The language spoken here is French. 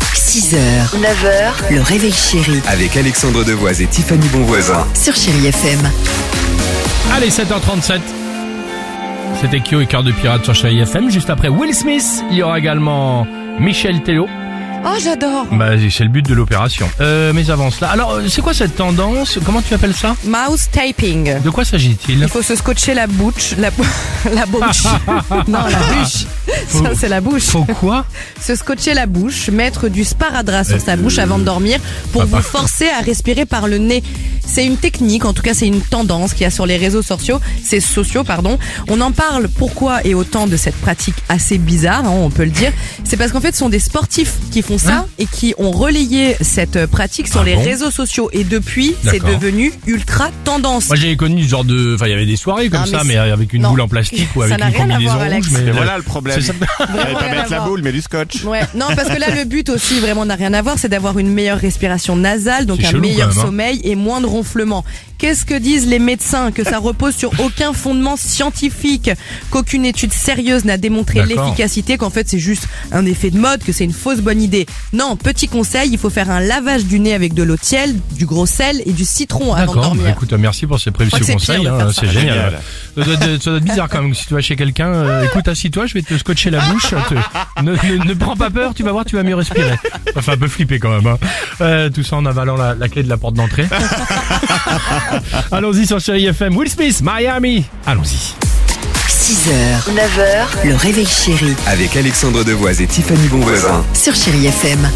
6h, 9h, le réveil chéri Avec Alexandre Devoise et Tiffany Bonvoisin. sur Chéri FM. Allez, 7h37. C'était Kyo et Cœur de Pirate sur Chérie FM. Juste après Will Smith, il y aura également Michel Théo. Oh, j'adore Bah, c'est le but de l'opération. Euh, mais avant cela, alors, euh, c'est quoi cette tendance Comment tu appelles ça Mouse taping. De quoi s'agit-il Il faut se scotcher la bouche, la, bou- la bouche. non, la bouche. Faut- Ça, c'est la bouche. Faut quoi Se scotcher la bouche, mettre du sparadrap sur Euh, sa bouche avant de dormir pour vous forcer à respirer par le nez. C'est une technique, en tout cas, c'est une tendance qu'il y a sur les réseaux sociaux, c'est sociaux, pardon. On en parle pourquoi et autant de cette pratique assez bizarre, hein, on peut le dire. C'est parce qu'en fait, ce sont des sportifs qui font ça et qui ont relayé cette pratique sur Hein Ah les bon réseaux sociaux. Et depuis, c'est D'accord. devenu ultra tendance. Moi, j'avais connu ce genre de... Enfin, il y avait des soirées comme Ah, mais ça, c'est- mais avec une Non. boule en plastique ou Ça avec n'a une rien à combinaison voir, Alex. rouge. Mais Et voilà le problème. C'est ça. Fallait Vraiment pas rien à mettre la voir. boule, mais du scotch. Ouais, non, parce que là, le but aussi, vraiment, n'a rien à voir, c'est d'avoir une meilleure respiration nasale, donc C'est un chelou, meilleur quand même, hein. sommeil et moins de ronflements. Qu'est-ce que disent les médecins Que ça repose sur aucun fondement scientifique, qu'aucune étude sérieuse n'a démontré D'accord. l'efficacité, qu'en fait, c'est juste un effet de mode, que c'est une fausse bonne idée. Non, petit conseil, il faut faire un lavage du nez avec de l'eau de ciel, du gros sel et du citron avant de D'accord, dormir. bah, écoute, merci pour ces précieux crois que c'est conseils, pire de hein, faire ça. c'est génial. Génial. Ça doit, être, ça doit être bizarre quand même, si tu vas chez quelqu'un, Ah. euh, écoute, assis-toi, je vais te scotcher la bouche, te- ne, ne- ne prends pas peur, tu vas voir, tu vas mieux respirer. Ça fait un peu flipper quand même, hein. Euh, tout ça en avalant la, la clé de la porte d'entrée. Allons-y sur Chéri FM, Will Smith, Miami, allons-y. 6h, 9h, le réveil chéri Avec Alexandre Devoise et Tiffany Bonvoisin. sur Chéri FM.